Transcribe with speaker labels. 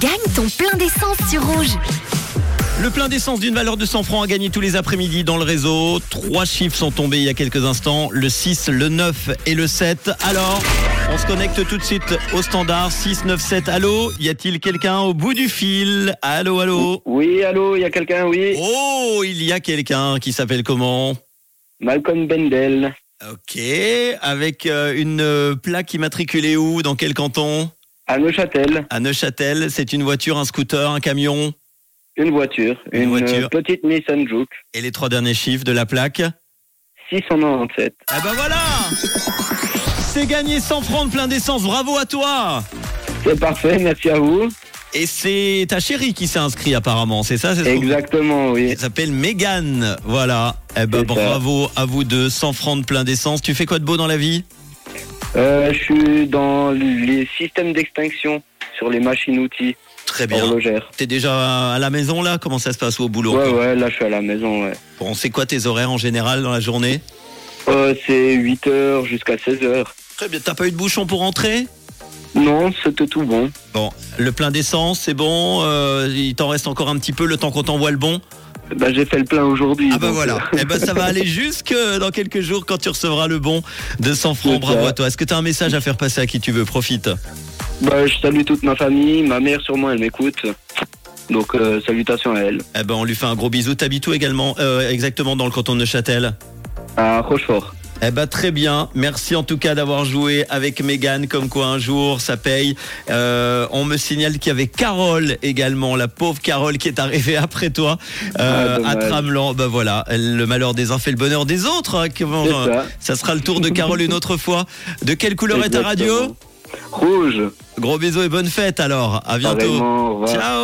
Speaker 1: Gagne ton plein d'essence sur rouge.
Speaker 2: Le plein d'essence d'une valeur de 100 francs à gagner tous les après-midi dans le réseau. Trois chiffres sont tombés il y a quelques instants, le 6, le 9 et le 7. Alors, on se connecte tout de suite au standard 6, 9, 7. Allô, y a-t-il quelqu'un au bout du fil Allô, allô
Speaker 3: Oui, allô, il y a quelqu'un, oui.
Speaker 2: Oh, il y a quelqu'un qui s'appelle comment
Speaker 3: Malcolm Bendel,
Speaker 2: Ok, avec euh, une euh, plaque immatriculée où Dans quel canton
Speaker 3: à Neuchâtel,
Speaker 2: À Neuchâtel, c'est une voiture, un scooter, un camion
Speaker 3: une voiture,
Speaker 2: Une
Speaker 3: une,
Speaker 2: voiture.
Speaker 3: euh, petite Nissan Juke,
Speaker 2: Et les trois derniers chiffres de la plaque
Speaker 3: 697.
Speaker 2: Ah bah voilà C'est gagné 100 francs de plein d'essence, bravo à toi
Speaker 3: C'est parfait, merci à vous.
Speaker 2: Et c'est ta chérie qui s'est inscrite apparemment, c'est ça c'est ce qu'on-
Speaker 3: Exactement, oui.
Speaker 2: Elle s'appelle Mégane, voilà. Eh ben
Speaker 3: C'est ça.
Speaker 2: bravo à vous deux, 100 francs de plein d'essence. Tu fais quoi de beau dans la vie
Speaker 3: Euh, je suis dans les systèmes d'extinction sur les machines-outils
Speaker 2: Très bien.
Speaker 3: horlogères.
Speaker 2: T'es déjà à la maison là Comment ça se passe ou au boulot
Speaker 3: Ouais, ouais, là je suis à la maison, ouais.
Speaker 2: Bon, c'est quoi tes horaires en général dans la journée
Speaker 3: Euh, c'est 8h jusqu'à 16h.
Speaker 2: Très bien, t'as pas eu de bouchon pour rentrer
Speaker 3: Non, c'était tout bon.
Speaker 2: Bon, le plein d'essence, c'est bon. euh, il t'en reste encore un petit peu le temps qu'on t'envoie le bon.
Speaker 3: Bah, j'ai fait le plein aujourd'hui.
Speaker 2: Ah bah
Speaker 3: donc, euh,
Speaker 2: voilà. Eh ben ça va aller jusque euh, dans quelques jours quand tu recevras le bon de 100 francs.
Speaker 3: C'est
Speaker 2: Bravo
Speaker 3: ça.
Speaker 2: à toi. Est-ce que tu as un message à faire passer à qui tu veux Profite.
Speaker 3: euh, Bah, je salue toute ma famille, ma mère sûrement elle m'écoute. Donc, euh, salutations à elle.
Speaker 2: Eh ben on lui fait un gros bisou. T'habites où également Euh, Exactement dans le canton de Neuchâtel.
Speaker 3: À Rochefort.
Speaker 2: Eh ben très bien. Merci en tout cas d'avoir joué avec Mégane. Comme quoi un jour ça paye. Euh, on me signale qu'il y avait Carole également, la pauvre Carole qui est arrivée après toi euh,
Speaker 3: Ah,
Speaker 2: à
Speaker 3: dommage.
Speaker 2: Tramelan. Ben voilà, le malheur des uns fait le bonheur des autres. hein. Comment-
Speaker 3: C'est ça.
Speaker 2: Ça sera le tour de Carole une autre fois. De quelle couleur est ta radio
Speaker 3: Exactement. Rouge.
Speaker 2: Gros bisous et bonne fête alors. À bientôt.
Speaker 3: Pareillement, au revoir.
Speaker 2: Ciao.